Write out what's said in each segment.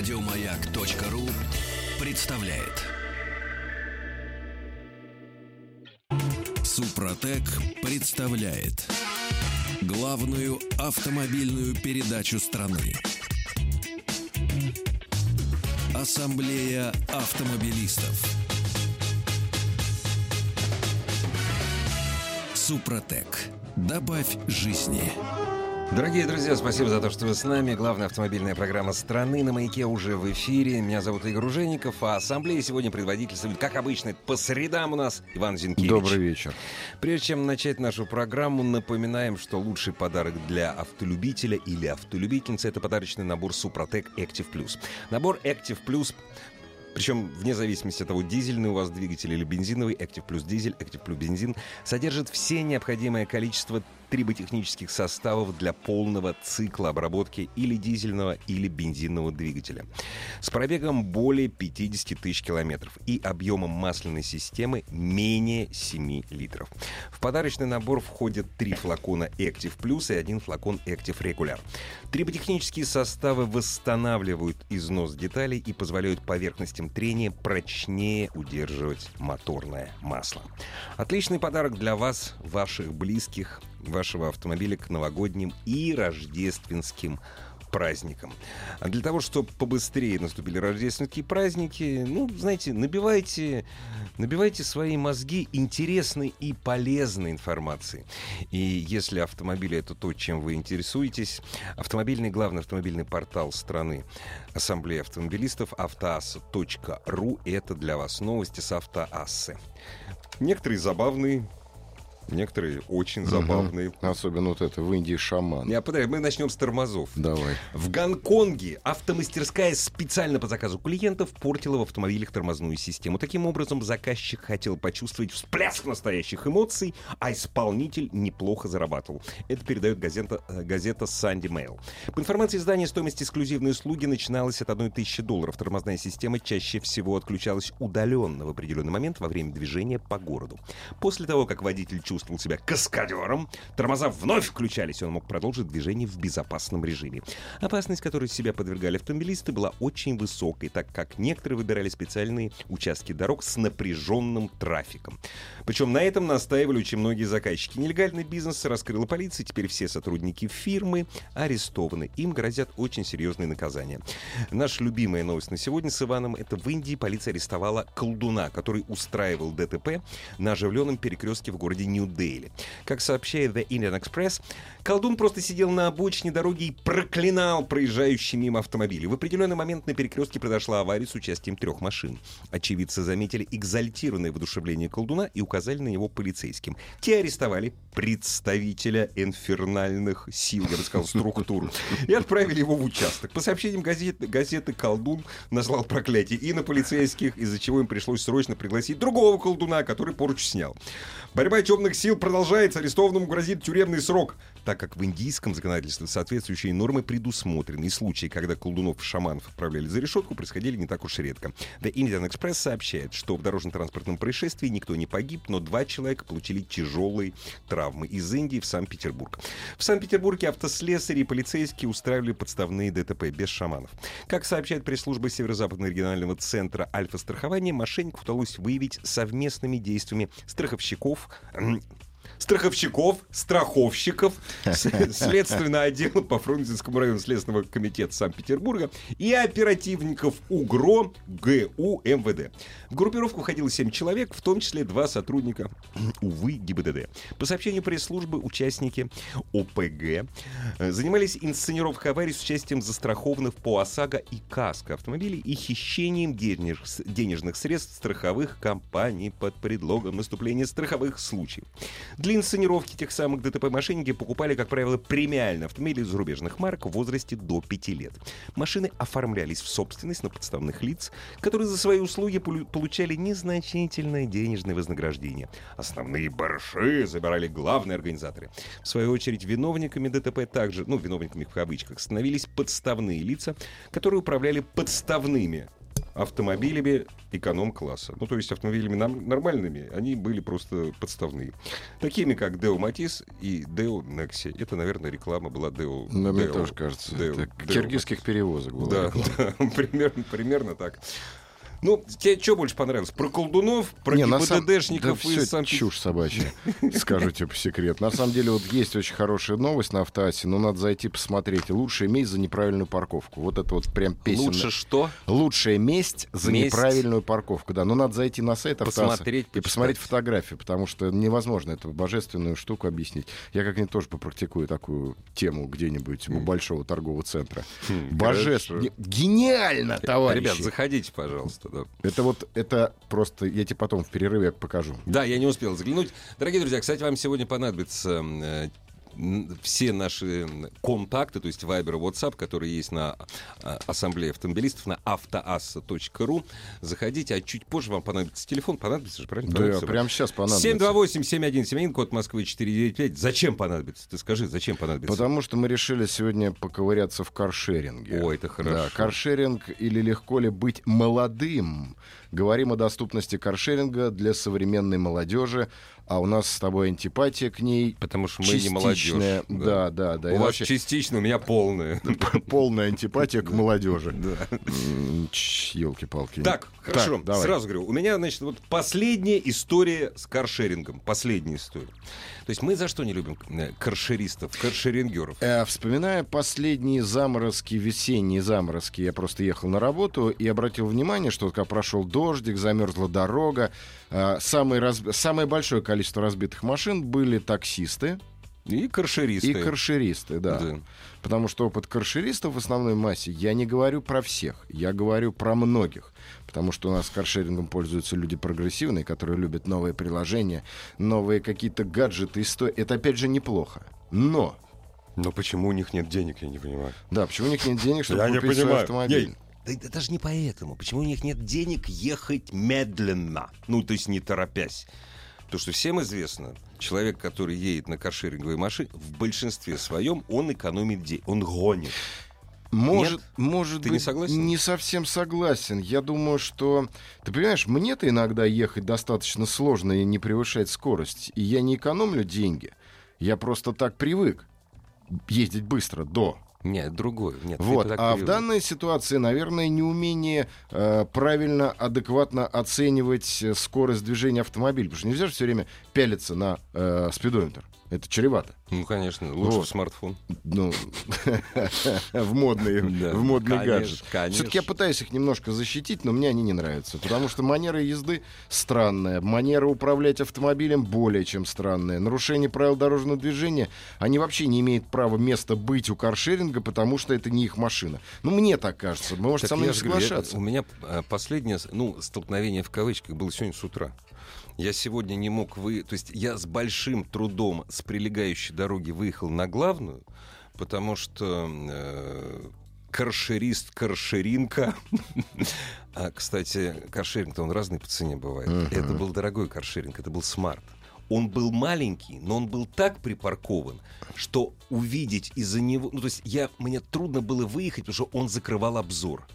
Радиомаяк.ру представляет Супротек представляет главную автомобильную передачу страны. Ассамблея автомобилистов. Супротек. Добавь жизни. Дорогие друзья, спасибо за то, что вы с нами. Главная автомобильная программа страны на маяке уже в эфире. Меня зовут Игорь Ужеников, а ассамблея сегодня предводительствует, как обычно, по средам у нас Иван Зинкевич. Добрый вечер. Прежде чем начать нашу программу, напоминаем, что лучший подарок для автолюбителя или автолюбительницы – это подарочный набор Супротек Active Plus. Набор Active Plus причем, вне зависимости от того, дизельный у вас двигатель или бензиновый, Active Plus дизель, Active Plus бензин, содержит все необходимое количество триботехнических составов для полного цикла обработки или дизельного, или бензинного двигателя. С пробегом более 50 тысяч километров и объемом масляной системы менее 7 литров. В подарочный набор входят три флакона Active Plus и один флакон Active Regular. Триботехнические составы восстанавливают износ деталей и позволяют поверхности скоростям трения прочнее удерживать моторное масло. Отличный подарок для вас, ваших близких, вашего автомобиля к новогодним и рождественским праздникам. А для того, чтобы побыстрее наступили рождественские праздники, ну, знаете, набивайте, набивайте свои мозги интересной и полезной информацией. И если автомобили — это то, чем вы интересуетесь, автомобильный, главный автомобильный портал страны Ассамблея автомобилистов автоасса.ру — это для вас новости с автоассы. Некоторые забавные, некоторые очень забавные. Мгм. Особенно вот это в Индии шаман. Я подожди, мы начнем с тормозов. Давай. В Гонконге автомастерская специально по заказу клиентов портила в автомобилях тормозную систему. Таким образом, заказчик хотел почувствовать всплеск настоящих эмоций, а исполнитель неплохо зарабатывал. Это передает газета, э, газета Санди Mail. По информации издания, стоимость эксклюзивной услуги начиналась от 1 тысячи долларов. Тормозная система чаще всего отключалась удаленно в определенный момент во время движения по городу. После того, как водитель чувствовал себя каскадером, тормоза вновь включались, и он мог продолжить движение в безопасном режиме. Опасность, которой себя подвергали автомобилисты, была очень высокой, так как некоторые выбирали специальные участки дорог с напряженным трафиком. Причем на этом настаивали очень многие заказчики. Нелегальный бизнес раскрыла полиция, теперь все сотрудники фирмы арестованы. Им грозят очень серьезные наказания. Наша любимая новость на сегодня с Иваном — это в Индии полиция арестовала колдуна, который устраивал ДТП на оживленном перекрестке в городе Нью-Дели. Как сообщает The Indian Express, колдун просто сидел на обочине дороги и проклинал проезжающие мимо автомобили. В определенный момент на перекрестке произошла авария с участием трех машин. Очевидцы заметили экзальтированное воодушевление колдуна и указали на него полицейским. Те арестовали представителя инфернальных сил, я бы сказал, структур, и отправили его в участок. По сообщениям газет- газеты «Колдун» наслал проклятие и на полицейских, из-за чего им пришлось срочно пригласить другого колдуна, который поруч снял. Борьба темных сил продолжается, арестованному грозит тюремный срок, так как в индийском законодательстве соответствующие нормы предусмотрены, и случаи, когда колдунов и шаманов отправляли за решетку, происходили не так уж и редко. The Indian Express сообщает, что в дорожно-транспортном происшествии никто не погиб, но два человека получили тяжелые травмы из Индии в Санкт-Петербург. В Санкт-Петербурге автослесари и полицейские устраивали подставные ДТП без шаманов. Как сообщает пресс-служба Северо-Западного регионального центра Альфа-страхования, мошенников удалось выявить совместными действиями страховщиков, м, страховщиков, страховщиков, с- следственного отдела по Фрунзенскому району Следственного комитета Санкт-Петербурга и оперативников УГРО ГУ МВД. В группировку входило 7 человек, в том числе два сотрудника, увы, ГИБДД. По сообщению пресс-службы, участники ОПГ э, занимались инсценировкой аварии с участием застрахованных по ОСАГО и КАСКО автомобилей и хищением денеж- денежных средств страховых компаний под предлогом наступления страховых случаев. Для инсценировки тех самых ДТП мошенники покупали, как правило, премиальные автомобили зарубежных марок в возрасте до 5 лет. Машины оформлялись в собственность на подставных лиц, которые за свои услуги полю- получали незначительное денежное вознаграждение. Основные барыши забирали главные организаторы. В свою очередь, виновниками ДТП также, ну, виновниками в кавычках, становились подставные лица, которые управляли подставными автомобилями эконом-класса. Ну, то есть автомобилями нам- нормальными, они были просто подставные. Такими, как Део Матис и Део Некси. Это, наверное, реклама была Део. Но Ну, мне Део- тоже кажется, Део- это Део киргизских перевозок было. да, да, примерно, примерно так. Ну, тебе что больше понравилось? Про колдунов, про Не, на сам- да ГИБДДшников всё из санкт чушь собачья, скажу тебе по секрету. На самом деле, вот есть очень хорошая новость на автоассе, но надо зайти посмотреть. Лучшая месть за неправильную парковку. Вот это вот прям песня. Лучше что? Лучшая месть за Месть. неправильную парковку. Да, но надо зайти на сайт автоасса Посмотреть, и почитать. посмотреть фотографии, потому что невозможно эту божественную штуку объяснить. Я как-нибудь тоже попрактикую такую тему где-нибудь Хм. у большого торгового центра. Божественно. Гениально, товарищи! Э, Ребят, заходите, пожалуйста. Да. Это вот, это просто, я тебе потом в перерыве покажу. Да, я не успел заглянуть. Дорогие друзья, кстати, вам сегодня понадобится э, н- все наши м, контакты, то есть Viber и WhatsApp, которые есть на э, Ассамблее автомобилистов, на автоасса.ру. Заходите, а чуть позже вам понадобится телефон. Понадобится же, правильно? Да, Понадобится. прямо сейчас понадобится. 728-7171, код Москвы 495. Зачем понадобится? Ты скажи, зачем понадобится? Потому что мы решили сегодня поковыряться в каршеринге. О, это хорошо. Да, каршеринг или легко ли быть молодым? Говорим о доступности каршеринга для современной молодежи, а у нас с тобой антипатия к ней. Потому что мы не частичная. молодежь. Да, да, да. У И вас вообще частично, у меня полное. полная антипатия к молодежи. Елки-палки. Так, хорошо, давай. сразу говорю. У меня, значит, вот последняя история с каршерингом. Последняя история. То есть мы за что не любим э, каршеристов, каршерингеров? Э, Вспоминая последние заморозки, весенние заморозки, я просто ехал на работу и обратил внимание, что вот когда прошел дождик, замерзла дорога. э, Самое, раз- самое большое количество разбитых машин были таксисты И каршеристы. и каршеристы, да. Потому что опыт каршеристов в основной массе, я не говорю про всех, я говорю про многих. Потому что у нас каршерингом пользуются люди прогрессивные, которые любят новые приложения, новые какие-то гаджеты. исто- Это опять же неплохо. Но Но почему у них нет денег, я не понимаю. Да, почему у них нет денег, чтобы Я не купить свой понимаю. автомобиль? Ей. Да это даже не поэтому. Почему у них нет денег ехать медленно? Ну, то есть не торопясь. Потому что всем известно, человек, который едет на каршеринговой машине, в большинстве своем он экономит деньги, он гонит. Может, Нет? может Ты не быть, согласен? не совсем согласен. Я думаю, что... Ты понимаешь, мне-то иногда ехать достаточно сложно и не превышать скорость. И я не экономлю деньги. Я просто так привык ездить быстро до. Нет, другое. Нет, ты вот. так А в привык. данной ситуации, наверное, неумение э, правильно, адекватно оценивать э, скорость движения автомобиля. Потому что нельзя же все время пялиться на э, спидометр. Это чревато. Ну, конечно, лучше Вот. в смартфон. ну, в модный, Да, в модный конечно, гаджет. конечно. Все-таки я пытаюсь их немножко защитить, но мне они не нравятся, потому что манера езды странная, манера управлять автомобилем более чем странная. Нарушение правил дорожного движения, они вообще не имеют права места быть у каршеринга, потому что это не их машина. Ну, мне так кажется, вы можете Так со мной я не же говорю, я- соглашаться. у меня э, последнее, ну, столкновение в кавычках было сегодня с утра. Я сегодня не мог вы... То есть я с большим трудом с прилегающей дороги выехал на главную, потому что э, каршерист каршеринка... А, кстати, каршеринг-то он разный по цене бывает. Это был дорогой каршеринг, это был смарт. Он был маленький, но он был так припаркован, что увидеть из-за него... Ну, то есть я, мне трудно было выехать, потому что он закрывал обзор.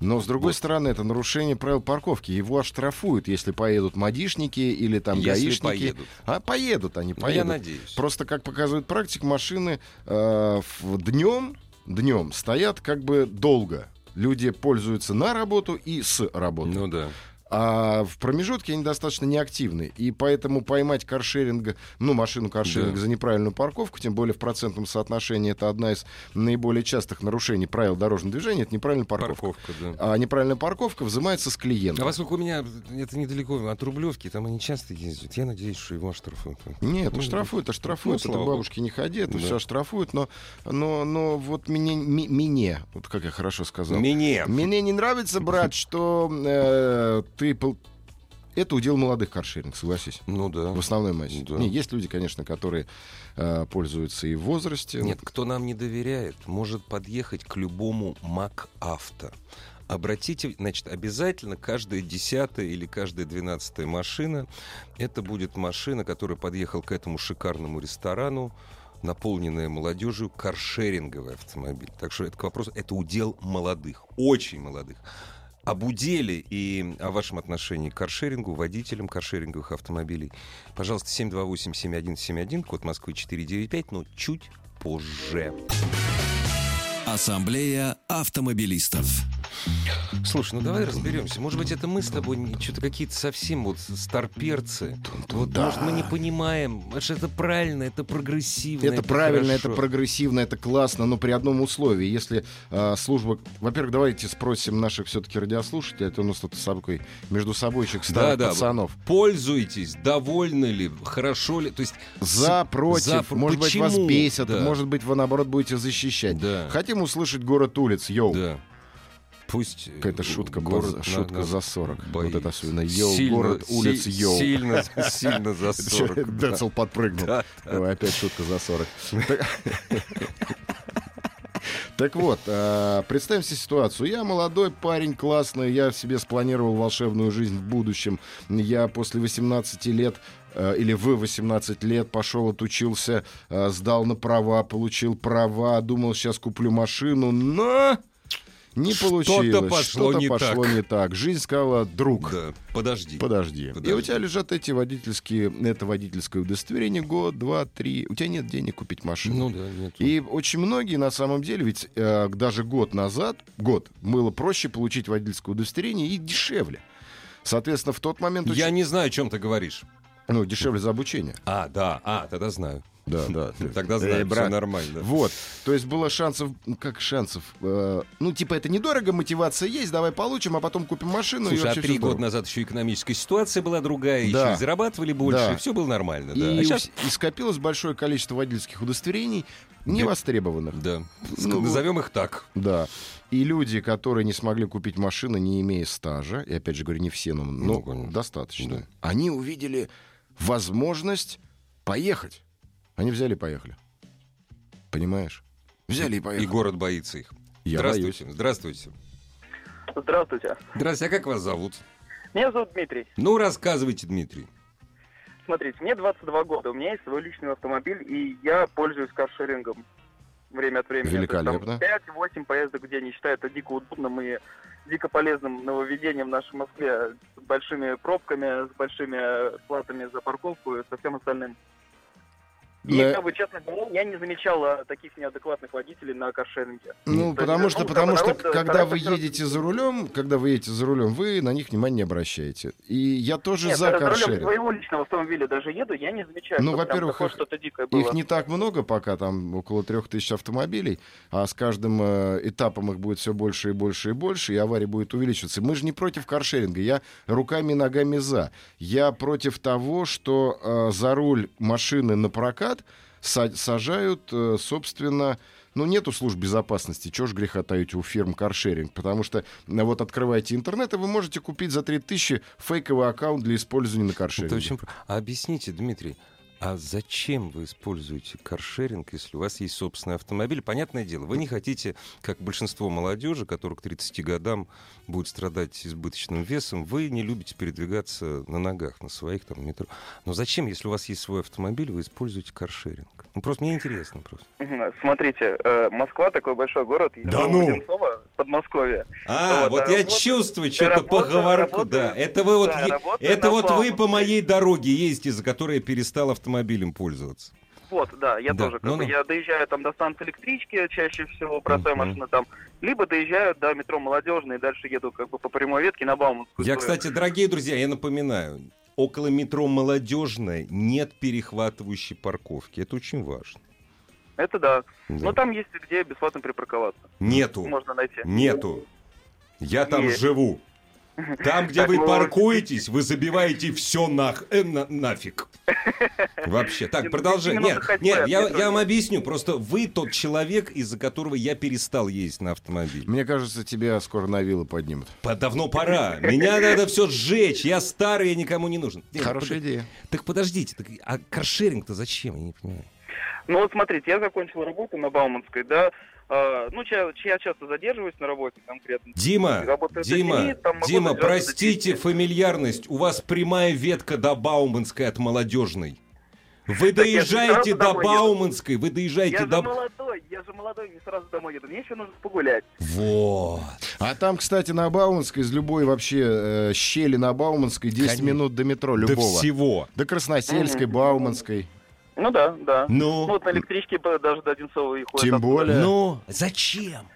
Но, с другой стороны, это нарушение правил парковки. Его оштрафуют, если поедут мадишники или там Если гаишники. поедут. А поедут они, Ну, я поедут. надеюсь. Просто, как показывает практик, машины э, днем, днем стоят как бы долго. Люди пользуются на работу и с работы. Ну да. А в промежутке они достаточно неактивны. И поэтому поймать каршеринга, ну, машину каршеринга Да. за неправильную парковку, тем более в процентном соотношении, это одна из наиболее частых нарушений правил дорожного движения, это неправильная парковка. Парковка, да. А неправильная парковка взимается с А клиента. поскольку у меня это недалеко от Рублевки, там они часто ездят, я надеюсь, что его оштрафуют. Нет, Ну, это штрафуют, это ну, штрафуют, это слава богу. бабушки не ходи, Да. это все штрафуют, но, но, но вот мне, ми- мне, вот как я хорошо сказал, Мне. Мне не нравится, брат, что э, ты... пол- Это удел молодых каршеринг, согласись. Ну да. В основной массе. Да. Не, есть люди, конечно, которые э, пользуются и в возрасте. Нет, кто нам не доверяет, может подъехать к любому МакАвто. Обратите, значит, обязательно каждая десятая или каждая двенадцатая машина, это будет машина, которая подъехала к этому шикарному ресторану, наполненная молодежью, каршеринговый автомобиль. Так что это к вопросу, это удел молодых, очень молодых. Об уделе и о вашем отношении к каршерингу, водителям каршеринговых автомобилей. Пожалуйста, 728-7171, код Москвы 495, но чуть позже. Ассамблея автомобилистов. Слушай, ну давай разберемся. Может быть, это мы с тобой не- что-то какие-то совсем вот старперцы. Вот, да. Может, мы не понимаем. Это ж это правильно, это прогрессивно. Это правильно, это хорошо. прогрессивно, это классно, но при одном условии. Если э, служба... Во-первых, давайте спросим наших все-таки радиослушателей, а то у нас тут с собой между собойчик старых Да-да, пацанов. Пользуйтесь, довольны ли, хорошо ли. То есть, За, против, за, про- может быть, вас почему? бесят, Да. может быть, вы, наоборот, будете защищать. Да. Хотим услышать город улиц, йоу. да. Пусть... э, Какая-то шутка, город за, на- шутка на- за 40. боится. Вот это особенно. Йоу, Сильно- город улиц, си- йоу. Сильно, сильно за 40. да. Децл подпрыгнул. Да, Ой, а опять шутка за 40. Так- Так вот, э, представим себе ситуацию. Я молодой парень, классный, я себе спланировал волшебную жизнь в будущем. Я после 18 лет э, или в 18 лет пошел, отучился, э, сдал на права, получил права, думал, сейчас куплю машину, но не Что-то получилось. пошло Что-то не пошло так. не так. Жизнь сказала, друг, Да, подожди. Подожди. Подожди. И у тебя лежат эти водительские, это водительское удостоверение год, два, три. У тебя нет денег купить машину. Ну да, нет. И очень многие на самом деле, ведь э, даже год назад, год, было проще получить водительское удостоверение и дешевле. Соответственно, в тот момент Я очень- не знаю, о чем ты говоришь. ну, дешевле за обучение. А, да, а, тогда знаю. Да, да. Тогда Эй, знаю, всё брат, нормально. Вот, то есть было шансов, ну, как шансов, э, ну типа это недорого, мотивация есть, давай получим, а потом купим машину. и Слушай, а вообще три всё года здорово. назад еще экономическая ситуация была другая, Да. еще и зарабатывали больше, Да. все было нормально, да. И, а у сейчас... вс- и скопилось большое количество водительских удостоверений, невостребованных. Да. Ну, Назовем их так. Да. И люди, которые не смогли купить машину, не имея стажа, и опять же говорю, не все, но ну, конечно. достаточно, они увидели возможность поехать. Они взяли и поехали. Понимаешь? Взяли и поехали. И город боится их. Я здравствуйте, здравствуйте. Здравствуйте. Здравствуйте, а как вас зовут? Меня зовут Дмитрий. Ну, рассказывайте, Дмитрий. Смотрите, мне 22 года, у меня есть свой личный автомобиль, и я пользуюсь каршерингом время от времени. Великолепно. 5-8 поездок в день, и считаю это дико удобным и дико полезным нововведением в нашей Москве с большими пробками, с большими платами за парковку и со всем остальным. И, Да. как бы, честно говоря, я не замечал а, таких неадекватных водителей на каршеринге. Ну, есть, потому что, ну, потому что, наоборот, когда стараться вы всё равно- едете за рулем, когда вы едете за рулем, вы на них внимания не обращаете. И я тоже Нет, за за рулем каршеринг. своего личного автомобиля даже еду, я не замечаю, Ну, что прям во-первых, такое их- что-то дикое было. Их не так много пока, там около трех тысяч автомобилей, а с каждым э, этапом их будет все больше и больше и больше, и аварий будет увеличиваться. Мы же не против каршеринга, я руками и ногами за. Я против того, что э, за руль машины на прокат са- сажают, э, собственно, ну, нету служб безопасности, чего ж греха таить у фирм каршеринг, потому что э, вот открываете интернет, и вы можете купить за 3000 фейковый аккаунт для использования на каршеринге. Это очень... про- А объясните, Дмитрий, а зачем вы используете каршеринг, если у вас есть собственный автомобиль? Понятное дело, вы не хотите, как большинство молодежи, которая к 30 годам будет страдать избыточным весом, вы не любите передвигаться на ногах, на своих там метро. Но зачем, если у вас есть свой автомобиль, вы используете каршеринг? Ну просто мне интересно просто. Мгм. Смотрите, э, Москва такой большой город. Я Да живу в ну! Одинцово, Подмосковье. А, Вот, вот а я работа- чувствую что-то по работа- говорку, работа- да. Это вы вот, да, е- работа это на вот вы славу. по моей дороге ездите, за которой я перестал автомобилем пользоваться. Вот, да, я Да, тоже. Как ну-ну. бы, я доезжаю там до станции электрички, чаще всего бросаю Мгм. машину там. Либо доезжаю до метро Молодежной и дальше еду как бы по прямой ветке на Бауманскую. Я, кстати, дорогие друзья, я напоминаю, около метро Молодежная нет перехватывающей парковки. Это очень важно. Это да. Да. Но Ну, там есть где бесплатно припарковаться. Нету. Можно найти. Нету. Я там Есть. живу. Там, где Так, вы ну, паркуетесь, вы забиваете все нах... э, на- нафиг. Вообще. Так, Ну, продолжай. минуты Нет, ходьбы нет, от я, метро я вам есть. объясню. Просто вы тот человек, из-за которого я перестал ездить на автомобиле. Мне кажется, тебя скоро на виллы поднимут. По- Давно пора. Меня надо все сжечь. Я старый, я никому не нужен. Нет, Хорошая подожди. идея. Так подождите, так а каршеринг-то зачем? Я не понимаю. Ну вот смотрите, я закончил работу на Бауманской, да. Э, ну, ча- ча- я часто задерживаюсь на работе конкретно. Дима, Работаю до семи, Дима, там могу Дима, задержаться до простите десяти. фамильярность. У вас прямая ветка до Бауманской от Молодежной. Вы Так я же доезжаете сразу до домой еду. Бауманской, вы доезжаете Я же до... молодой, я я же молодой, не сразу домой еду. Мне еще нужно погулять. Вот. А там, кстати, на Бауманской, из любой вообще э, щели на Бауманской 10 Конечно. минут до метро До любого. всего. До Красносельской, Мгм. Бауманской. Ну да, да. Ну, Ну, вот на электричке э, даже до Одинцова и ходят. Тем оттуда. более. ну, зачем?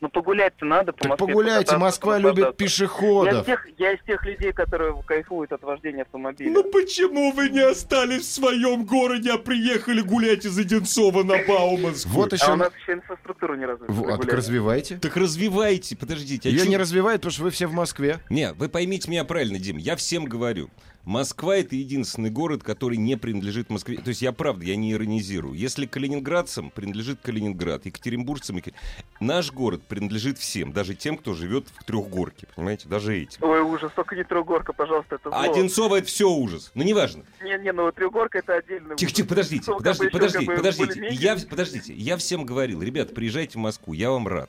Ну погулять-то надо, по Так Москве погуляйте, покататься, Москва любит наслаждаться. Я из, пешеходов. тех, я из тех людей, которые кайфуют от вождения автомобиля. Ну почему вы не остались в своем городе, а приехали гулять из Одинцова на Бауманскую? Вот а у еще... нас еще инфраструктуру не развита. для Вот, а так гуляния. развивайте. Так развивайте, подождите. а Ее чё- не развивает, потому что вы все в Москве. Не, вы поймите меня правильно, Дим, я всем говорю. Москва — это единственный город, который не принадлежит Москве. То есть я правда, я не иронизирую. Если калининградцам принадлежит Калининград, екатеринбургцам... Екатер- Наш город принадлежит всем, даже тем, кто живет в Трехгорке, понимаете? Даже этим. А Ой, ужас, только не треугорка, пожалуйста, это зло. Одинцово — это все ужас. Ну, неважно. Не, не, ну треугорка это отдельно. Тихо, тихо, подождите, Одинцово как подождите, бы подождите, еще как бы подождите. более-менее. Я, в- подождите, я всем говорил, ребят, приезжайте в Москву, я вам рад.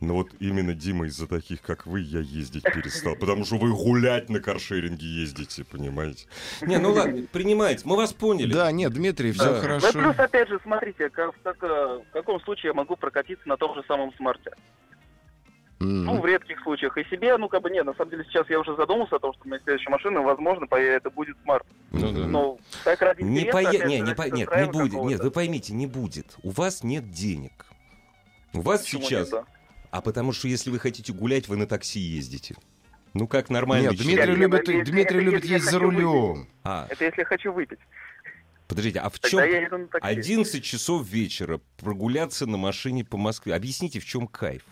Но Ну вот именно, Дима, из-за таких, как вы, я ездить перестал, потому что вы гулять на каршеринге ездите, понимаете? Не, ну ладно, принимайте, мы вас поняли. Да, нет, Дмитрий, все Да. Ну и плюс, хорошо. опять же, смотрите, как, как, э, в каком случае я могу прокатиться на том же самом смарте. М. Ну, в редких случаях. И себе, ну, как бы, нет, на самом деле, сейчас я уже задумался о том, что у меня следующая машина, возможно, по- это будет смарт. Ну да. Но так ради Не интереса, поедет, опять не, же, не ради по- нет, не тест-драйва будет, какого-то. нет, вы поймите, не будет. У вас нет денег. У вас Почему сейчас, нет, да? а потому что если вы хотите гулять, вы на такси ездите. Ну как нормально? Нет, Дмитрий Я- любит, я- я- Дмитрий я- любит я ездить за хочу выпить. рулем. А, Это если я хочу выпить. подождите, а в чем... Тогда я иду на такси. 11 часов вечера прогуляться на машине по Москве. Объясните, в чем кайф?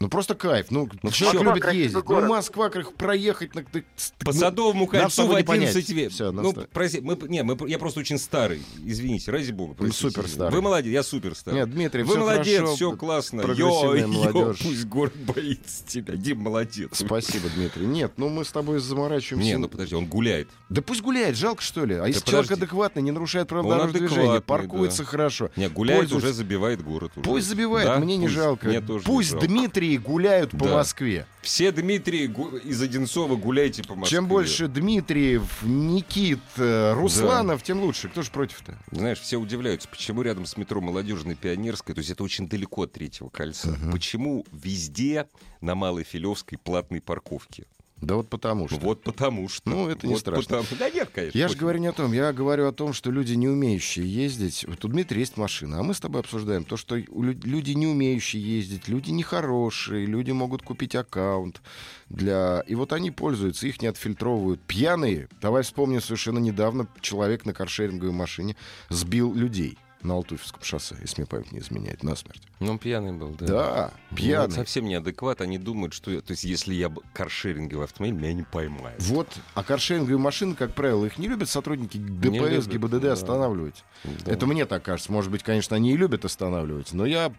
Ну просто кайф. Ну, Ну, человек всё. любит Красивый ездить. Ну, город. Москва, как проехать на... ты- По ну, Садовому кольцу тобой в не 11 понять. ве- Всё, нас Ну, то- прости, мы, не, мы, я просто очень старый. Извините, ради бога. простите. суперстарый. Вы молодец, я супер старый. Нет, Дмитрий, Вы всё молодец, хорошо. все классно. Йо, Прогрессивная йо, молодежь. пусть город боится тебя. Дим, молодец. Спасибо, Дмитрий. Нет, ну мы с тобой заморачиваемся. Не, ну подожди, он гуляет. Да пусть гуляет, жалко что ли. А если человек подожди. адекватный, не нарушает правил дорожного адекватный, движения, паркуется хорошо. Не, гуляет Пользуется. уже, забивает город. уже. Пусть забивает, Да, мне не пусть. жалко. Мне тоже не пусть жалко. Дмитрии гуляют по Да. Москве. Все Дмитрии гу- из Одинцова гуляйте по Москве. Чем больше Дмитриев, Никит, э, Русланов, тем лучше. Кто же против-то? Знаешь, все удивляются, почему рядом с метро Молодежной Пионерской, то есть это очень далеко от Третьего кольца, почему везде на Малой Филевской платные парковки? Да вот потому что. Вот потому что. Ну, это не Вот страшно. потому- Да нет, конечно. Я же очень. говорю не о том, я говорю о том, что люди, не умеющие ездить... Вот у Дмитрия есть машина, а мы с тобой обсуждаем то, что у лю- люди, не умеющие ездить, люди нехорошие, люди могут купить аккаунт для... И вот они пользуются, их не отфильтровывают. Пьяные, давай вспомним, совершенно недавно человек на каршеринговой машине сбил людей на Алтуфьевском шоссе, если мне память не изменяет, насмерть. Ну, он пьяный был, да. Да, Ну, пьяный. это совсем неадекват, они думают, что... я- То есть если я б- каршеринговый автомобиль, меня не поймают. Вот, а каршеринговые машины, как правило, их не любят сотрудники Не любят, ДПС, ГИБДД да. останавливать. Да. Это мне так кажется. Может быть, конечно, они и любят останавливать, но я,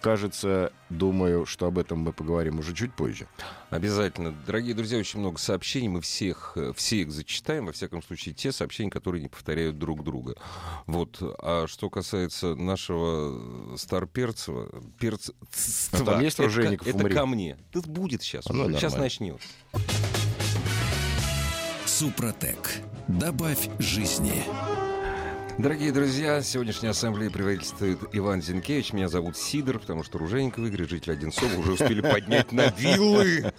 кажется, думаю, что об этом мы поговорим уже чуть позже. Обязательно. Дорогие друзья, очень много сообщений. Мы всех, э, все их зачитаем. Во всяком случае, те сообщения, которые не повторяют друг друга. Вот. А что касается нашего э, старперцева, перц... А там есть это ко- ружейников в Это, Мари? ко мне. Это будет сейчас. Ну, сейчас нормально. начнется. Супротек. Добавь жизни. Дорогие друзья, сегодняшняя ассамблея правительствует Иван Зинкевич. Меня зовут Сидор, потому что Ружейников Игорь, жители Одинцова, уже успели поднять на виллы.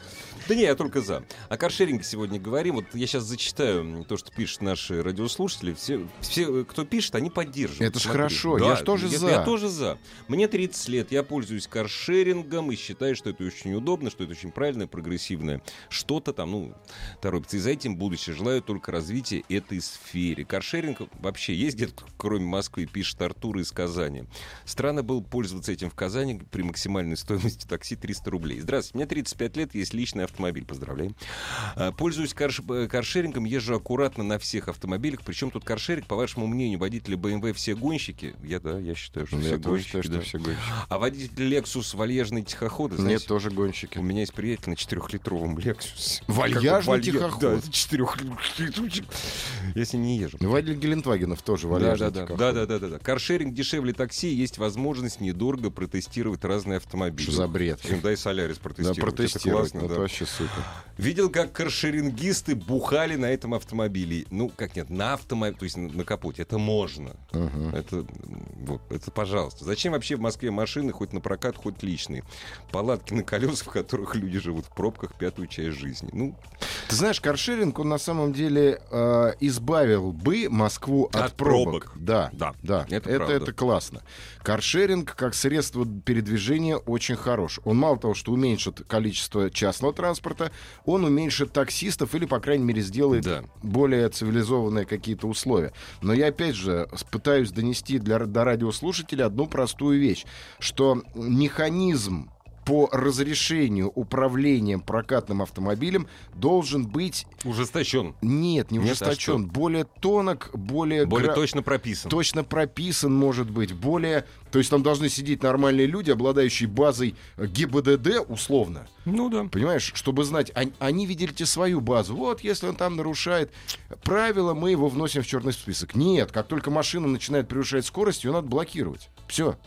Да не, я только за. О каршеринге сегодня говорим. Вот я сейчас зачитаю то, что пишут наши радиослушатели. Все, все кто пишет, они поддерживают. Это ж Смотри. хорошо, я ж тоже за. Я тоже за. Мне 30 лет, я пользуюсь каршерингом и считаю, что это очень удобно, что это очень правильное, прогрессивное что-то там, ну, торопится. И за этим будущее. Желаю только развития этой сфере. Каршеринг вообще есть где-то, кроме Москвы, пишет Артур из Казани. Странно было пользоваться этим в Казани при максимальной стоимости такси 300 рублей. Здравствуйте, мне 35 лет, есть личный автомобиль, поздравляем. А, Пользуюсь карш- э, каршерингом, езжу аккуратно на всех автомобилях. Причем тут каршеринг, по вашему мнению, водители BMW все гонщики? Я, да, я считаю, что все гонщики, да. все гонщики. А водитель Lexus вальяжные тихоходы, Нет, знаете, тоже у гонщики. меня есть приятель на четырехлитровом Lexus. Вальяжный Как бы валья- тихоход. Да, четырехлитровчик. Если не езжу. Водитель Гелендвагенов тоже вальяжно. да, типа, да, да, да, да, да. Каршеринг дешевле такси, есть возможность недорого протестировать разные автомобили. Что за бред? Hyundai Solaris Да, протестировать. Это протестировать, классно, ну, да. это вообще супер. Видел, как каршерингисты бухали на этом автомобиле. Ну, как нет, на автомобиле, то есть на, на капоте. Это можно. Мгм. Это, м, вот, это пожалуйста. Зачем вообще в Москве машины, хоть на прокат, хоть личные? Палатки на колесах, в которых люди живут в пробках пятую часть жизни. Ну, Ты знаешь, каршеринг, он на самом деле э, избавил бы Москву от, От пробок. Да, да. да, Это это, правда. это, классно. Каршеринг как средство передвижения очень хорош. Он мало того, что уменьшит количество частного транспорта, он уменьшит таксистов или, по крайней мере, сделает Да. более цивилизованные какие-то условия. Но я, опять же, с- пытаюсь донести для, до радиослушателя одну простую вещь, что механизм по разрешению управлением прокатным автомобилем должен быть ужесточен. нет, не Нет, а ужесточен, более тонок, более, Более Э, гра- точно прописан. точно прописан, может быть, более... То есть там должны сидеть нормальные люди, обладающие базой э, ГИБДД, условно. Ну да. Понимаешь, чтобы знать, они, они видели те свою базу. Вот, если он там нарушает правила, мы его вносим в черный список. Нет, как только машина начинает превышать скорость, ее надо блокировать. Все.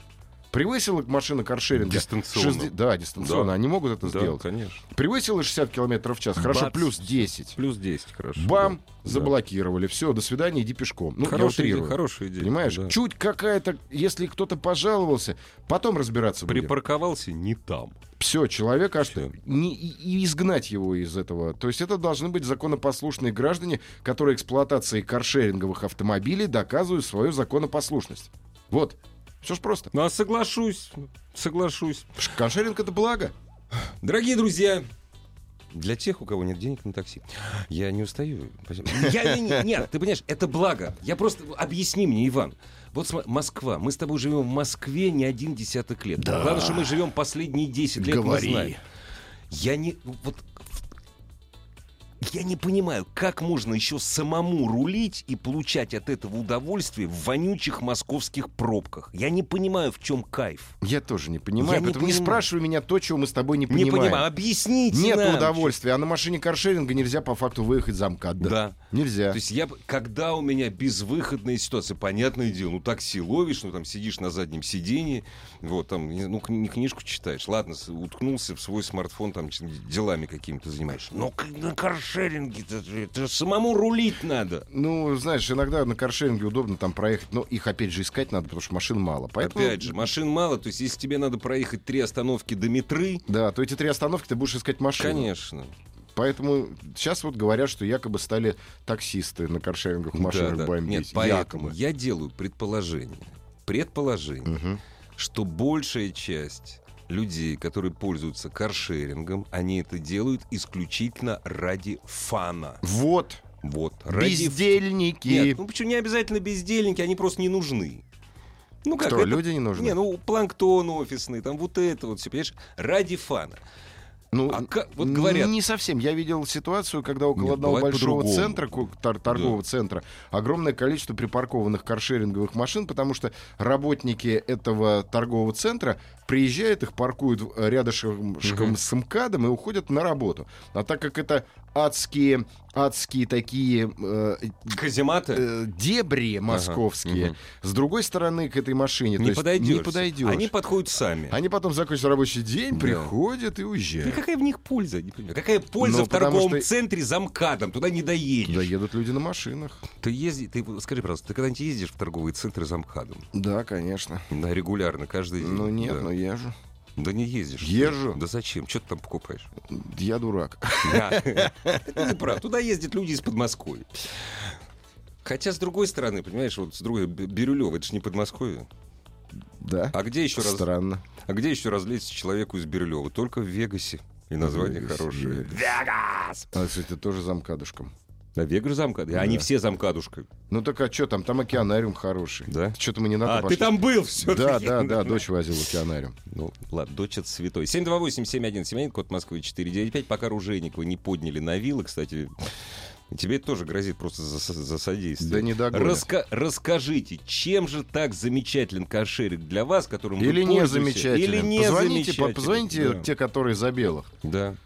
Превысила машина каршеринга. Дистанционно. шестде- Да, дистанционно. Да. Они могут это сделать. конечно. Превысила 60 километров в час. Хорошо, Бац. плюс 10. Плюс 10, хорошо. Бам, Да. заблокировали. Все, до свидания, иди пешком. Ну, я Хорошая идея, утрирую. хорошая идея. Понимаешь, да. чуть какая-то, если кто-то пожаловался, потом разбираться будем. Припарковался не там. Все, человек аж Всё. не, и, и изгнать его из этого. То есть это должны быть законопослушные граждане, которые эксплуатацией каршеринговых автомобилей доказывают свою законопослушность. Вот. Все ж просто. Ну а соглашусь, соглашусь. Ш- Каршеринг это благо. Дорогие друзья, для тех, у кого нет денег на такси. Я не устаю. Спасибо. Я, не- нет, ты понимаешь, это благо. Я просто... Объясни мне, Иван. Вот см- Москва. Мы с тобой живем в Москве не один десяток лет. Да. Главное, что мы живем последние 10 лет, Говори. мы знаем. Я не... Вот, я не понимаю, как можно еще самому рулить и получать от этого удовольствие в вонючих московских пробках. Я не понимаю, в чем кайф. Я тоже не понимаю, Я не поэтому не, понимаю. спрашивай меня то, чего мы с тобой не понимаем. Не понимаю. Объясните Нет нам. удовольствия, а на машине каршеринга нельзя по факту выехать за МКАД. Да. Нельзя. То есть я, б- когда у меня безвыходная ситуация, понятное дело, ну такси ловишь, ну там сидишь на заднем сидении, вот там, не- ну кни- книжку читаешь, ладно, с- уткнулся в свой смартфон, там ч- делами какими-то занимаешься. Но к- на каршеринге это, же- это же самому рулить надо. Ну, знаешь, иногда на каршеринге удобно там проехать, но их опять же искать надо, потому что машин мало. Поэтому, Опять же, машин мало, то есть если тебе надо проехать три остановки до метры, Да, то эти три остановки ты будешь искать машину. конечно. Поэтому сейчас вот говорят, что якобы стали таксисты на каршерингах машинах Да, да. бомбить. Нет, поэтому Якобы. я делаю предположение. Предположение. Мгм. что большая часть людей, которые пользуются каршерингом, они это делают исключительно ради фана. Вот, Вот. Ради... ф- бездельники. Нет, ну почему не обязательно бездельники, они просто не нужны. Ну Что, это- люди не нужны? Не, ну планктон офисный, там вот это вот все, понимаешь, ради фана. Ну, а ка- вот говорят- Не совсем. Я видел ситуацию, когда около Нет, одного бывает большого по-другому. центра, ку- тор- торгового центра, огромное количество припаркованных каршеринговых машин, потому что работники этого торгового центра приезжают, их паркуют в- э, рядышком Мгм. с МКАДом и уходят на работу. А так как это адские, адские такие э, Казематы э, дебри московские, мгм. с другой стороны к этой машине то не есть подойдешь. не подойдешь. Они подходят сами. Они потом закончат рабочий день, Да. приходят и Да уезжают. какая в них польза? Не понимаю. Какая польза э. Ну, в потому торговом что- центре замкадом? Туда не доедешь. Да едут люди на машинах. Ты езди, ты вот скажи, пожалуйста, ты когда-нибудь ездишь в торговые центры замкадом? Да, конечно. Да, регулярно, каждый день. Ну нет, да. ну я же. Да не ездишь. ты. Езжу. Да зачем? Что ты там покупаешь? Я дурак. Да. Ты не прав. Туда ездят люди из Подмосковья. Хотя, с другой стороны, понимаешь, вот с другой, Б- Бирюлево, это же не Подмосковье. Да. А где еще раз, Странно. а где еще разлезть человеку из Бирюлева? Только в Вегасе. И название Вегас, хорошее. Вегас. Вегас! А, кстати, тоже замкадышком. Да, Вегас замкад. Да. Они все замкадушкой. Ну так а что там? Там океанариум хороший. Да? Что-то мы не на А, то ты пошли. там был все Да, да, да, дочь возила в океанариум. Ну, ладно, дочь от святой. 728-7171, код Москвы 495. Пока Ружейникова не подняли на вилы, кстати, тебе это тоже грозит просто за, за содействие. Да не догонят. Раска- Расскажите, чем же так замечателен каршерик для вас, которым вы Или не пользуетесь? замечательно. Или не позвоните, по- замечателен, позвоните да. те, которые за белых. Да.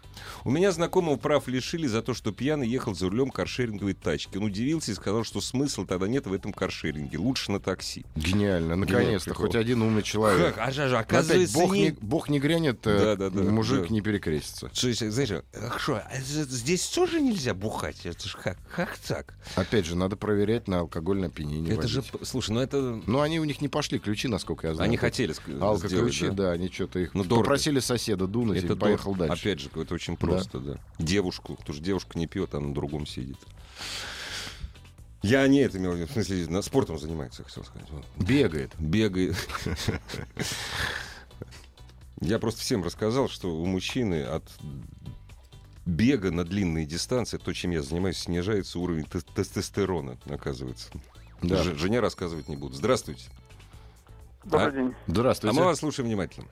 У меня знакомого прав лишили за то, что пьяный ехал за рулем каршеринговой тачки. Он удивился и сказал, что смысла тогда нет в этом каршеринге. Лучше на такси. Гениально, наконец-то, прикол. хоть один умный человек. Как? А же- же, Ну, Опять, оказывается, бог, не- не... бог не грянет, э, Да-да-да, мужик да. не перекрестится. Что, если, знаешь, а что, а з- здесь тоже нельзя бухать? Это ж как, как так? Опять же, надо проверять на алкогольное опьянение это же, водителя. п- слушай, ну это... Но они у них не пошли ключи, насколько я знаю. Они Тут хотели ск- сделать, Алко-ключи, да? да? они что-то их Ну, дорого. попросили соседа дунуть Это и поехал дорого. дальше. Опять же, это очень просто, да. Девушку, потому что девушка не пьет, она на другом сидит. Я не это имел в виду, в смысле, на- спортом занимается, хотел сказать. Вот. Бегает. Бегает. Я просто всем рассказал, что у мужчины от бега на длинные дистанции, то, чем я занимаюсь, снижается уровень тес- тестостерона, оказывается. Да. Ж- жене рассказывать не буду. Здравствуйте. Добрый А? день. а Здравствуйте. мы вас слушаем внимательно.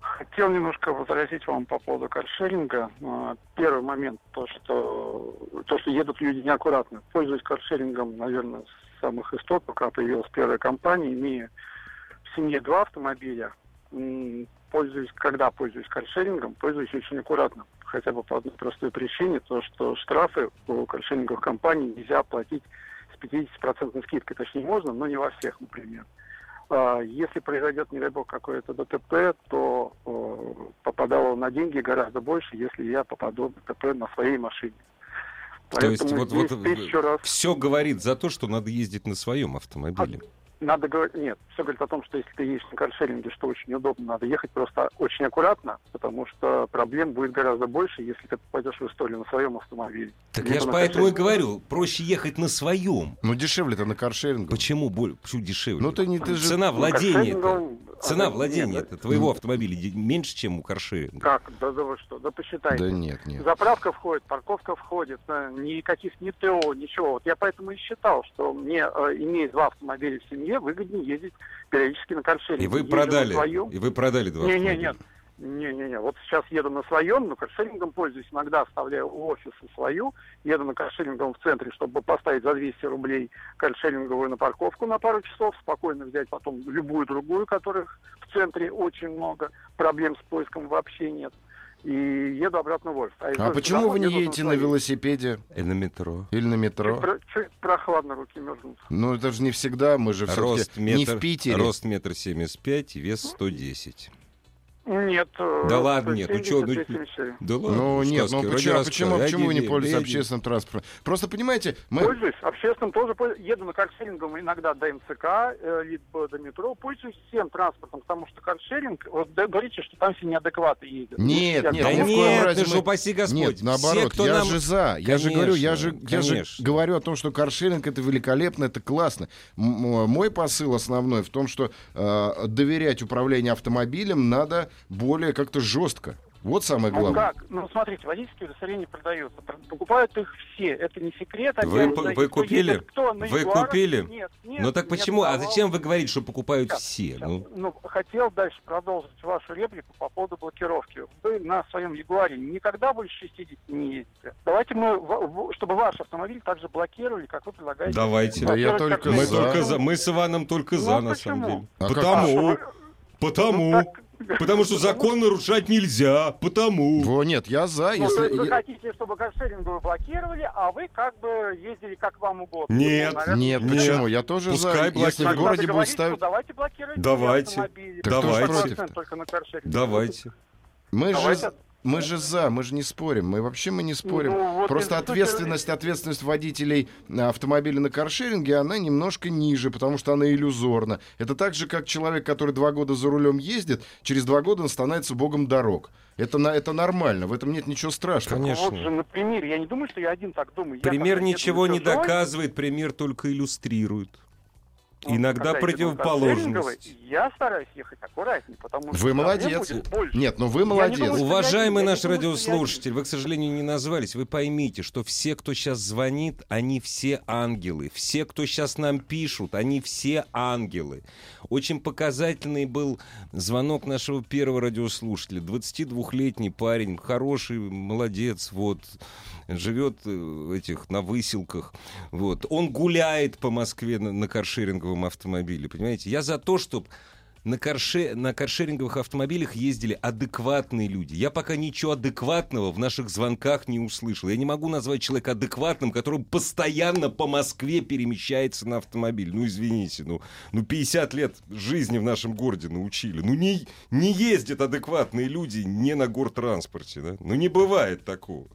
Хотел немножко возразить вам по поводу каршеринга. А, Первый момент, то что, то, что едут люди неаккуратно. Пользуясь каршерингом, наверное, с самых истоков, когда появилась первая компания, имея в семье два автомобиля, м, пользуюсь, когда пользуюсь каршерингом, пользуюсь очень аккуратно. Хотя бы по одной простой причине, то что штрафы у каршеринговых компаний нельзя платить с 50% скидкой. Точнее, можно, но не во всех, например. А, Если произойдет, не дай бог, какое-то ДТП, то э, попадало на деньги гораздо больше, если я попаду в ДТП на своей машине. То есть Поэтому вот- вот- здесь тысячу раз Все говорит за то, что надо ездить на своем автомобиле. А, надо говорить... Нет, все говорит о том, что если ты едешь на каршеринге, что очень удобно, надо ехать просто очень аккуратно, потому что проблем будет гораздо больше, если ты попадешь в историю на своем автомобиле. Так Либо я же на поэтому и каршеринге. говорю, проще ехать на своем. Ну дешевле-то на каршеринг. Почему боль? Почему дешевле? Ну ты не ты же. Цена Ну, владения каршерингом, а, Цена нет, ну, владения да- твоего автомобиля де- меньше, чем у каршеринга. Как? Да, да вы что? Да посчитайте. Да нет, нет. Заправка входит, парковка входит, э, никаких ни ТО, ничего. Вот я поэтому и считал, что мне, э, имея два автомобиля в семье, выгоднее ездить периодически на каршеринге. И вы Езжу на своем. продали. И вы продали два Не, не, автомобиля. нет. Не, не, не. Вот сейчас еду на своем, но каршерингом пользуюсь. Иногда оставляю у офиса свою, еду на каршерингом в центре, чтобы поставить за 200 рублей каршеринговую на парковку на пару часов, спокойно взять потом любую другую, которых в центре очень много, проблем с поиском вообще нет. И еду обратно в офис. из А офиса почему вы домой не еду едете на своей. велосипеде И на метро. или на Чуть, метро? про- чуть прохладно руки мерзнут. Ну это же не всегда, мы же Рост все-таки не метр, в Питере. рост метр семьдесят пять, вес 110. Нет. э, Да ладно, нет, ну чё, ну- Да ладно, Ну что нет, сказки, ну ради почему, а рассказа. почему, а Я почему вы не не- пользуетесь я не- общественным транспортом? Просто понимаете, мы... Пользуюсь общественным тоже пользуюсь. Еду на каршерингом иногда до МЦК, э, либо до метро. Пользуюсь всем транспортом, потому что каршеринг... Вот да, говорите, что там все неадекваты ездят. Нет, Я нет, Да говорю, ни в коем нет, разе ты же мы- упаси Господь. Нет, Все, наоборот, кто я нам- же за. я же говорю, я же, Конечно, я же конечно. говорю о том, что каршеринг это великолепно, это классно. М- м- мой посыл основной в том, что э, доверять управлению автомобилем надо более как-то жестко. Вот самое Ну главное. как? Ну смотрите, водительские удостоверения продаются. Пр- Покупают их все. Это не секрет. Вы опять п- же. вы И кто купили? едет, кто? На Вы Ягуарах? купили? Нет, нет, Ну так нет, почему? А давал. зачем вы говорите, что покупают Сейчас, все? Сейчас, Ну, Ну, хотел дальше продолжить вашу реплику по поводу блокировки. Вы на своем Ягуаре никогда больше 60 не ездите. Давайте мы, ва- в- чтобы ваш автомобиль также блокировали, как вы предлагаете. давайте. Да я Во-первых, только как Мы за. только за. Мы с Иваном только Ну, за, а на самом почему? деле. А как? Ну, Потому, так- ну, потому, так- потому что закон нарушать нельзя, потому. Во, нет, я за, Ну, то если. есть вы я- хотите, чтобы каршеринг вы блокировали, а вы как бы ездили как вам угодно. Нет, Ну, наверное, Нет, Нет. почему? Я тоже Пускай за. Если в тогда городе будут договоритесь, что ставить. Давайте блокировать. Давайте. все Так автомобили. кто ж Такой против-то? акцент только на каршеринг. Давайте. Мы же, Давайте. мы же за, мы же не спорим. Мы вообще мы не спорим. Ну, вот Просто и супер- ответственность, ответственность водителей э, автомобиля на каршеринге, она немножко ниже, потому что она иллюзорна. Это так же, как человек, который два года за рулем ездит, через два года он становится богом дорог. Это, на, это нормально, в этом нет ничего страшного. Конечно. Вот же на примере. Я не думаю, что я один так думаю. Я Пример когда еду ничего на не чужой, доказывает, пример только иллюстрирует. вот, Иногда Ну, когда еду на противоположность. каршеринговой, Я стараюсь ехать аккуратнее, потому что... Вы проблем молодец. будет больше. Нет, ну вы молодец. думаю, что Уважаемый я- я наш не думаю, что я радиослушатель, вы, к сожалению, не назвались. Вы поймите, что все, кто сейчас звонит, они все ангелы. Все, кто сейчас нам пишут, они все ангелы. Очень показательный был звонок нашего первого радиослушателя. 22-летний парень, хороший, молодец, вот, живет э, в этих на выселках. Вот. Он гуляет по Москве на, на каршеринговом автомобиле, понимаете? Я за то, чтобы на, карше, на каршеринговых автомобилях ездили адекватные люди. Я пока ничего адекватного в наших звонках не услышал. Я не могу назвать человека адекватным, который постоянно по Москве перемещается на автомобиль. Ну, извините, ну, ну 50 лет жизни в нашем городе научили. Ну, не, не ездят адекватные люди не на гортранспорте, да? Ну, не бывает такого.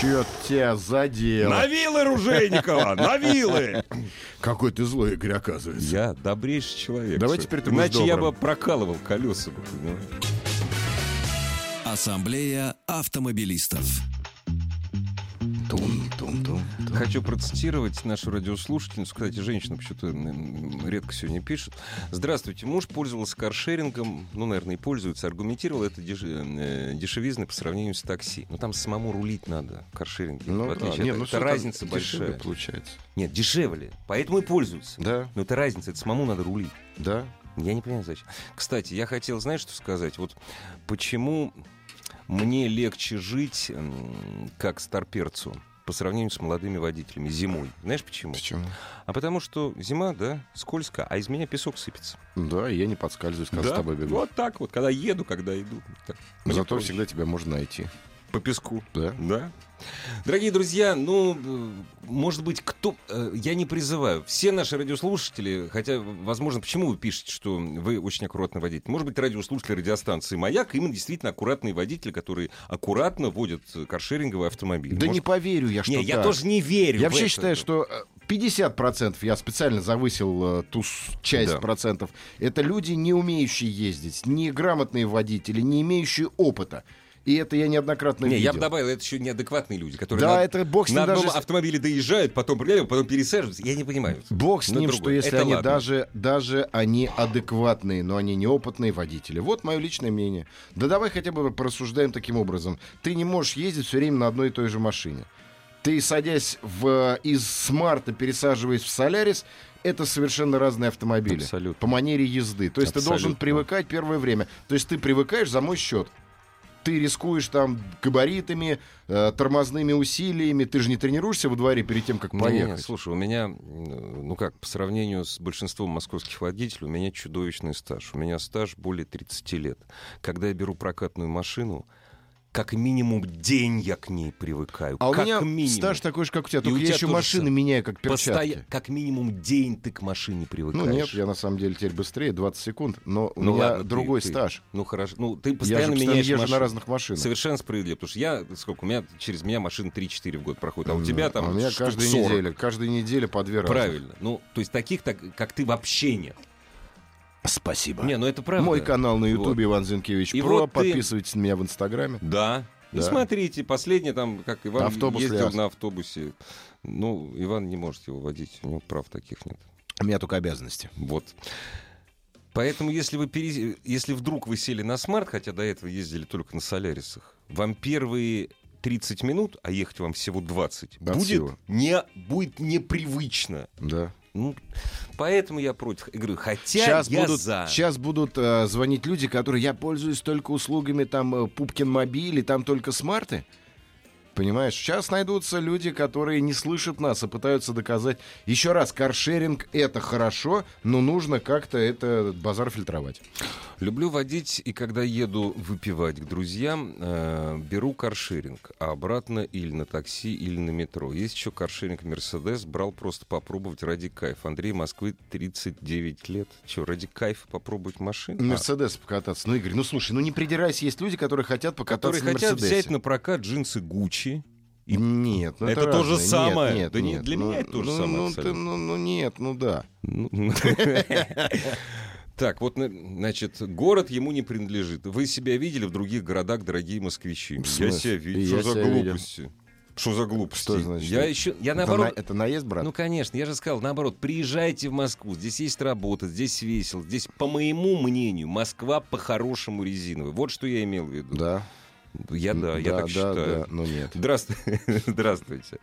Чё тебя задел? На вилы, Ружейникова! На вилы! Какой ты злой, Игорь, оказывается. Я добрейший человек. Давай Что- теперь ты будешь Иначе я бы добрым. прокалывал колеса. бы, понимаешь? Ассамблея автомобилистов. Тун-тун-тун. Хочу процитировать нашу радиослушательницу. Кстати, женщина почему-то м, редко сегодня пишет. Здравствуйте. Муж пользовался каршерингом, ну, наверное, и пользуется, аргументировал это деш- э, дешевизной по сравнению с такси. Но там самому рулить надо в каршеринге. в Ну, да. отличие Не, от- ну это всё там разница дешевле большая. получается. Нет, дешевле. Поэтому и пользуются. Да, Но это разница, это самому надо рулить. да. Я не понимаю, зачем. Кстати, я хотел, знаешь, что сказать? Вот почему мне легче жить м, как старперцу по сравнению с молодыми водителями зимой. Знаешь почему? Почему? А потому что зима, да, скользко, а из меня песок сыпется. Да, и я не подскальзываюсь, когда с тобой бегу. Вот так вот, когда еду, когда иду. Так. Мне Зато проще. всегда тебя можно найти. По песку. Да? Да. Дорогие друзья, ну, э, может быть, кто... э, Я не призываю. Все наши радиослушатели, хотя, возможно, почему вы пишете, что вы очень аккуратный водитель? Может быть, радиослушатели радиостанции «Маяк» именно действительно аккуратные водители, которые аккуратно водят э, каршеринговые автомобили. Да не Может- поверю я, что Не, я так. тоже не верю. Я в вообще это. считаю, что э, 50% я специально завысил э, ту с- часть Да. процентов. Это люди, не умеющие ездить, неграмотные водители, не имеющие опыта. И это я неоднократно Не, видел. я бы добавил, это еще неадекватные люди, которые Да, на, это бог с на ним одном даже... с- автомобиле доезжают, потом приезжают, потом пересаживаются. Я не понимаю. Бог с на ним, что другой. если Это они ладно. даже, даже они адекватные, но они неопытные водители. Вот мое личное мнение. Да давай хотя бы порассуждаем таким образом. Ты не можешь ездить все время на одной и той же машине. Ты, садясь в, э, из смарта, пересаживаясь в Солярис, это совершенно разные автомобили. Абсолютно. По манере езды. То есть ты должен Абсолютно. привыкать первое время. То есть ты привыкаешь за мой счет. Ты рискуешь там габаритами, э, тормозными усилиями. Ты же не тренируешься во дворе перед тем, как Не, поехать. не, слушай, у меня, м, ну как, по сравнению с большинством московских водителей, у меня чудовищный стаж. У меня стаж более 30 лет. Когда я беру прокатную машину, как минимум день я к ней привыкаю. А у как меня минимум. стаж такой же, как у тебя, И только у я тебя еще тоже машины самое. меняю, как Постоя- перчатки. Как минимум день ты к машине привыкаешь. Ну нет, я на самом деле теперь быстрее, 20 секунд, но у Ну меня ладно, ты- другой ты- стаж. Ну хорошо. Ну ты Я же постоянно постоянно меняешь езжу машину. на разных машинах. Совершенно справедливо, потому что я, сколько, у меня через меня машин 3-4 в год проходит, а у тебя там А у меня штук каждую 40. неделю, каждую неделю по две раза. Правильно. Ну, то есть таких, так, как ты, вообще нет. Спасибо. Не, ну это правда. Мой канал на Ютубе Иван Зинкевич И Про. вот ты- Подписывайтесь на меня в Инстаграме. Да. И Да. смотрите, последний там, как Иван Автобус ездил Лиас. на автобусе. Ну, Иван не может его водить, у него прав таких нет. У меня только обязанности. Вот. Поэтому, если, вы перез- если вдруг вы сели на смарт, хотя до этого ездили только на солярисах, вам первые 30 минут, а ехать вам всего 20, Да, будет, всего. не, будет непривычно. Да. Ну, поэтому я против игры. Хотя Сейчас я будут, за. щас будут э, звонить люди, которые я пользуюсь только услугами там э, Пупкин мобиль и там только смарты. Понимаешь, сейчас найдутся люди, которые не слышат нас и пытаются доказать. Еще раз, каршеринг это хорошо, но нужно как-то это базар фильтровать. Люблю водить, и когда еду выпивать к друзьям, э, беру каршеринг, а обратно или на такси, или на метро. Есть еще каршеринг Мерседес, брал просто попробовать ради кайфа. Андрей Москвы 39 лет. Че, ради кайфа попробовать машину? А, Мерседес покататься. Ну, Игорь, ну слушай, ну не придирайся, есть люди, которые хотят покататься которые хотят на Мерседесе. взять на прокат джинсы Гуччи. и- Нет, ну Это это, то разное. же самое. Нет, нет, Да не, нет. для ну, меня это то же ну, самое Ну, абсолютно. ты- ну, ну, нет, ну да. Ну, Так, вот, на- значит, город ему не принадлежит. Вы себя видели в других городах, дорогие москвичи? В Я смысле? себя видел. И Что я за себя видел. глупости? Что за глупости? Что значит? Я еще, я Это на- наоборот. Это наезд, брат? Ну, конечно, я же сказал, наоборот, приезжайте в Москву, здесь есть работа, здесь весело, здесь, по моему мнению, Москва по-хорошему резиновая. Вот что я имел в виду. да. Я да, я так считаю. Да, ну нет. Здравствуй- Здравствуйте.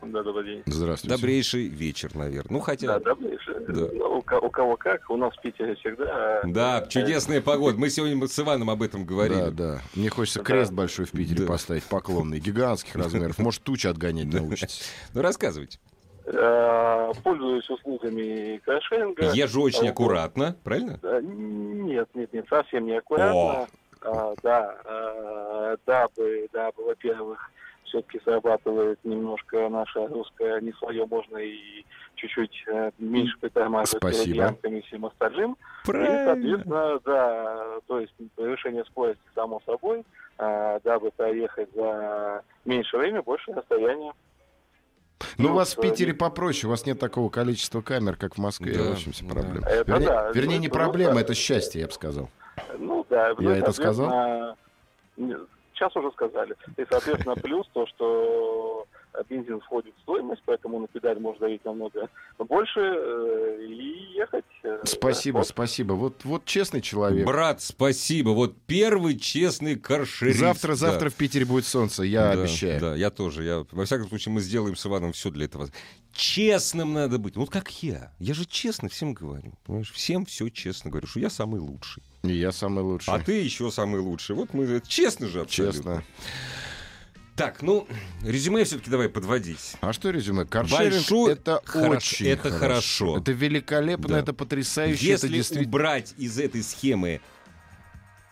Да, добрый день. Здравствуйте. Добрейший вечер, наверное. Ну, Да, хотя... добрейший. Да. Ну, у, ко- у кого как, у нас в Питере всегда... э, Да, э, чудесная погода. Мы сегодня с Иваном об этом Да, говорили. да. Мне хочется Да. крест большой в Питере Да. поставить, поклонный, гигантских размеров. Может, тучи отгонять научитесь. Ну, рассказывайте. э, пользуюсь услугами каршеринга. Езжу очень Э, аккуратно, правильно? Да, Нет, нет, нет, совсем не аккуратно. А, да, э, дабы, дабы, во-первых, все-таки зарабатывает немножко наша русская не свое, можно и чуть-чуть э, меньше притормаживать перед Спасибо. ямками и всем остальным. Э. И, Правильно. соответственно, да, то есть повышение скорости, само собой, э, дабы проехать за меньше время, больше расстояние. Ну, Ну, у вас в э, Питере и- попроще, у вас нет такого количества камер, как в Москве, Да, в общем-то, да. проблем. Это вернее, да, вернее, ну, не просто- проблема, это счастье, я бы сказал. Ну да, ну, Я и, это сказал? соответственно, не- Сейчас уже сказали. И, соответственно, плюс то, что э, бензин входит в стоимость, поэтому на педаль можно давить намного больше э, и ехать. э, Спасибо, вот. спасибо. Вот, вот честный человек. Брат, спасибо. Вот первый честный каршерист. завтра, да. завтра в Питере будет солнце, я Да, обещаю. Да, я тоже. Я, во всяком случае, мы сделаем с Иваном все для этого. Честным надо быть. Вот как я. Я же честно всем говорю. Понимаешь? Всем все честно говорю, что я самый лучший. И я самый лучший. А ты еще самый лучший. Вот мы честно же абсолютно. Честно. Так, ну, резюме все-таки давай подводить. А что резюме? Каршеринг Большой- это хорошо, очень это хорошо. Это великолепно, Да. это потрясающе, это Если действительно... убрать из этой схемы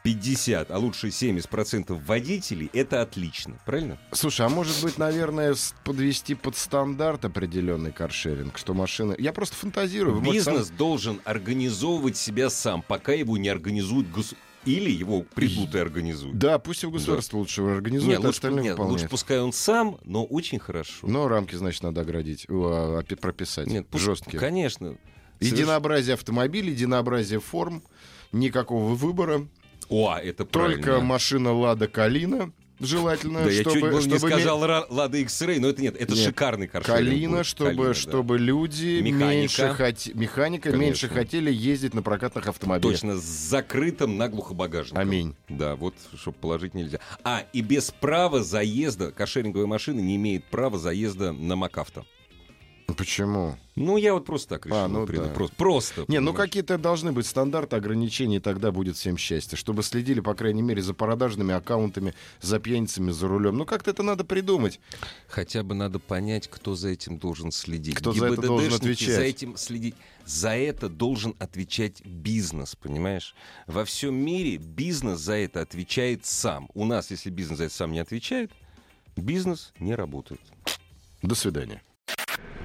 50, а лучше 70% водителей, это отлично, правильно? Слушай, а может быть, наверное, с- подвести под стандарт определенный каршеринг, что машины... Я просто фантазирую. вы можете сам- Бизнес должен организовывать себя сам, пока его не организует государство. Или его придут и организуют. Да, пусть его государство лучше организует, Ну, Не, а лучше, остальные не, вполне. лучше пускай он сам, но очень хорошо. Но рамки, значит, надо оградить, о, опи- прописать. Нет, пусть- жесткие. Конечно. Единообразие автомобилей, единообразие форм, никакого выбора. Соверш- О, это Только правильно. машина Лада Калина, желательно, Да, я чтобы, чуть было не чтобы ме- сказал Ра- Лада X-Ray, но это нет, это Нет. шикарный каршеринг. Калина, будет. чтобы, Калина, да. чтобы люди Механика. меньше хот- механика Конечно. меньше хотели ездить на прокатных автомобилях. Точно, с закрытым наглухо багажником. Аминь. Да, вот, чтобы положить нельзя. А, и без права заезда, кошеринговая машина не имеет права заезда на МакАвто. Почему? Ну, я вот просто так решил. А, ну например, да. просто, просто. Не, ну понимаешь? какие-то должны быть стандарты, ограничения, и тогда будет всем счастье. Чтобы следили, по крайней мере, за продажными аккаунтами, за пьяницами, за рулем. Ну как-то это надо придумать. Хотя бы надо понять, кто за этим должен следить. Кто за это должен ГИБДДшники отвечать. За этим следить. За это должен отвечать бизнес, понимаешь? Во всем мире бизнес за это отвечает сам. У нас, если бизнес за это сам не отвечает, бизнес не работает. До свидания.